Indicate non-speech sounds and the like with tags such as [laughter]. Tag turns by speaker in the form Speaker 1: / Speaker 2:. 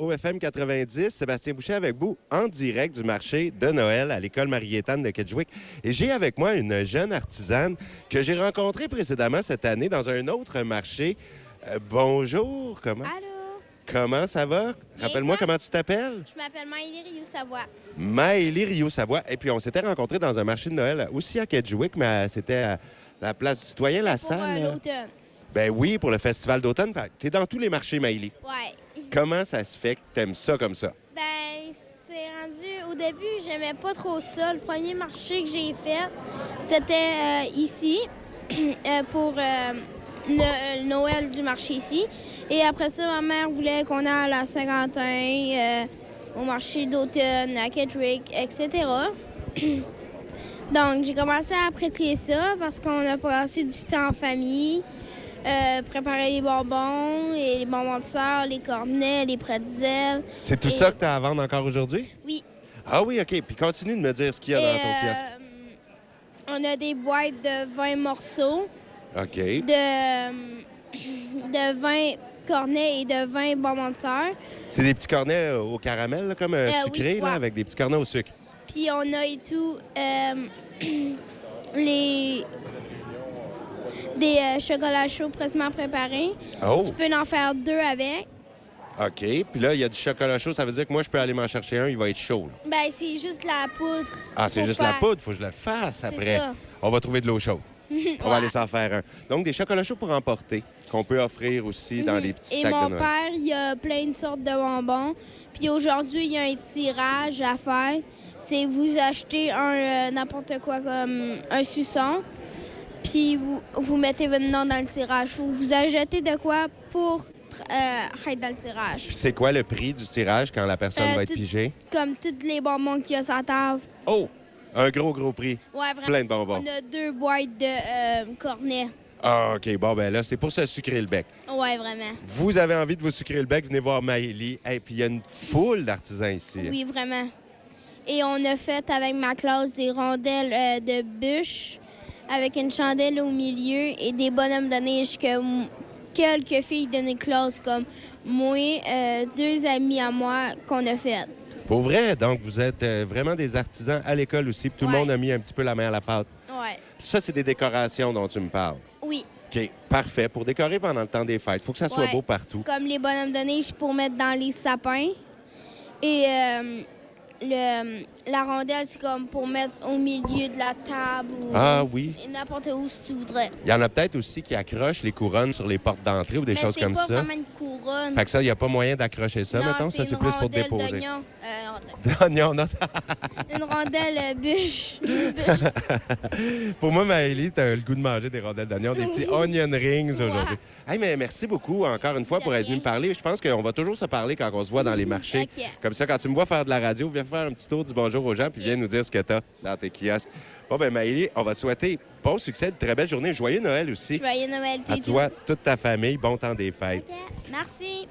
Speaker 1: OFM 90, Sébastien Boucher avec vous en direct du marché de Noël à l'école Marie-Étienne de Kedgewick. Et j'ai avec moi une jeune artisane que j'ai rencontrée précédemment cette année dans un autre marché. Euh, bonjour, comment,
Speaker 2: Allô,
Speaker 1: comment ça va? Rappelle-moi
Speaker 2: Ah. toi?
Speaker 1: comment tu t'appelles?
Speaker 2: je m'appelle Maëlie Rioux-Savoie.
Speaker 1: Maëlie Rio-Savoie. Et puis, on s'était rencontrés dans un marché de Noël aussi à Kedgewick, mais euh, c'était à la place du citoyen, la
Speaker 2: Pour euh,
Speaker 1: salle. là.
Speaker 2: l'automne.
Speaker 1: ben oui, pour le festival d'automne. Tu es dans tous les marchés, Maëlie.
Speaker 2: Ouais.
Speaker 1: Comment ça se fait que t'aimes ça comme ça?
Speaker 2: Ben, c'est rendu. Au début, j'aimais pas trop ça. Le premier marché que j'ai fait, c'était euh, ici, [clears throat] euh, pour euh, le, le Noël du marché ici. Et après ça, ma mère voulait qu'on aille à la Saint-Quentin, euh, au marché d'automne, à Ketrick, etc. [clears throat] Donc, j'ai commencé à apprécier ça parce qu'on a passé du temps en famille, euh, préparer les bonbons, et les bonbons de sœur, les cornets, les pretzels.
Speaker 1: C'est tout
Speaker 2: Et-
Speaker 1: ça que t'as à vendre encore aujourd'hui?
Speaker 2: Oui.
Speaker 1: Ah oui, OK. Puis continue de me dire ce qu'il y a
Speaker 2: Et,
Speaker 1: dans ton kiosque.
Speaker 2: euh, on a des boîtes de 20 morceaux, euh,
Speaker 1: OK.
Speaker 2: de, euh, de 20 cornets et de 20 bonbons de sœur.
Speaker 1: C'est des petits cornets euh, au caramel, là, comme euh,
Speaker 2: Euh, oui,
Speaker 1: sucrés, là,
Speaker 2: ouais.
Speaker 1: avec des petits cornets au sucre.
Speaker 2: Puis on a et tout euh, [clears throat] les des euh, chocolats chauds pressement préparés.
Speaker 1: Oh,
Speaker 2: Tu peux en faire deux avec.
Speaker 1: OK. Puis là, il y a du chocolat chaud. Ça veut dire que moi, je peux aller m'en chercher un. Il va être chaud. là.
Speaker 2: Ben c'est juste de la poudre.
Speaker 1: Ah, c'est
Speaker 2: pour
Speaker 1: juste la
Speaker 2: faire.
Speaker 1: poudre. Faut que je le fasse
Speaker 2: C'est
Speaker 1: après.
Speaker 2: ça.
Speaker 1: On va trouver de l'eau chaude. On va
Speaker 2: [laughs] Ouais.
Speaker 1: aller s'en faire un. Donc, des chocolats chauds pour emporter, qu'on peut offrir aussi dans
Speaker 2: Mhm.
Speaker 1: les petits
Speaker 2: Et
Speaker 1: sacs
Speaker 2: mon
Speaker 1: de Noël.
Speaker 2: père, il y a plein de sortes de bonbons. Puis aujourd'hui, il y a un tirage à faire. C'est vous achetez un euh, n'importe quoi comme un suçon. Puis vous, vous mettez votre nom dans le tirage. Vous, vous achetez de quoi pour euh, être dans le tirage.
Speaker 1: Puis c'est quoi le prix du tirage quand la personne
Speaker 2: Euh,
Speaker 1: va être
Speaker 2: tout-
Speaker 1: pigée?
Speaker 2: Comme tous les bonbons qu'il y a sur la table.
Speaker 1: Oh! Un gros, gros prix.
Speaker 2: Ouais, vraiment.
Speaker 1: Plein de bonbons.
Speaker 2: On a deux boîtes de euh, cornets.
Speaker 1: Ah, OK. Bon, ben là, c'est pour se sucrer le bec.
Speaker 2: Ouais, vraiment.
Speaker 1: Vous avez envie de vous sucrer le bec, venez voir Maëlie. Et puis, il y a une foule d'artisans ici.
Speaker 2: Oui, vraiment. Et on a fait avec ma classe des rondelles euh, de bûches avec une chandelle au milieu et des bonhommes de neige que m- quelques filles de notre classe, comme moi, euh, deux amis à moi, qu'on a fait.
Speaker 1: Pour vrai, donc, vous êtes euh, vraiment des artisans à l'école aussi. puis Tout le
Speaker 2: Ouais.
Speaker 1: monde a mis un petit peu la main à la pâte.
Speaker 2: Ouais.
Speaker 1: Puis ça, c'est des décorations dont tu me parles.
Speaker 2: Oui,
Speaker 1: OK, parfait. Pour décorer pendant le temps des fêtes, faut que ça soit
Speaker 2: Ouais.
Speaker 1: beau partout.
Speaker 2: comme les bonhommes de neige pour mettre dans les sapins. Et euh, le, la rondelle, c'est comme pour mettre au milieu de la table ou
Speaker 1: Ah oui.
Speaker 2: et n'importe où si tu voudrais.
Speaker 1: Il y en a peut-être aussi qui accrochent les couronnes sur les portes d'entrée ou des
Speaker 2: Mais
Speaker 1: choses
Speaker 2: c'est
Speaker 1: comme
Speaker 2: pas
Speaker 1: ça.
Speaker 2: vraiment une couronne.
Speaker 1: Fait que ça, il n'y a pas moyen d'accrocher ça,
Speaker 2: Non,
Speaker 1: mettons. Ça,
Speaker 2: une
Speaker 1: c'est plus pour
Speaker 2: rondelle
Speaker 1: déposer.
Speaker 2: d'oignon. Euh,
Speaker 1: [laughs]
Speaker 2: rondelle.
Speaker 1: D'oignon, non, ça-
Speaker 2: une rondelle euh, bûche. [laughs]
Speaker 1: Pour moi, Maëlie, t'as le goût de manger des rondelles d'oignon, des petits onion rings aujourd'hui. Hey, mais merci beaucoup encore une fois
Speaker 2: De
Speaker 1: pour être venu
Speaker 2: rien.
Speaker 1: me parler. Je pense qu'on va toujours se parler quand on se voit dans les marchés.
Speaker 2: Ok.
Speaker 1: Comme ça, quand tu me vois faire de la radio, viens faire un petit tour, dis bonjour aux gens, puis viens nous dire ce que t'as dans tes kiosques. Bon, ben Maëlie, on va te souhaiter bon succès, de très belle journée, joyeux Noël aussi.
Speaker 2: Joyeux Noël,
Speaker 1: À
Speaker 2: Titi.
Speaker 1: toi, toute ta famille, bon temps des fêtes.
Speaker 2: Ok, Merci.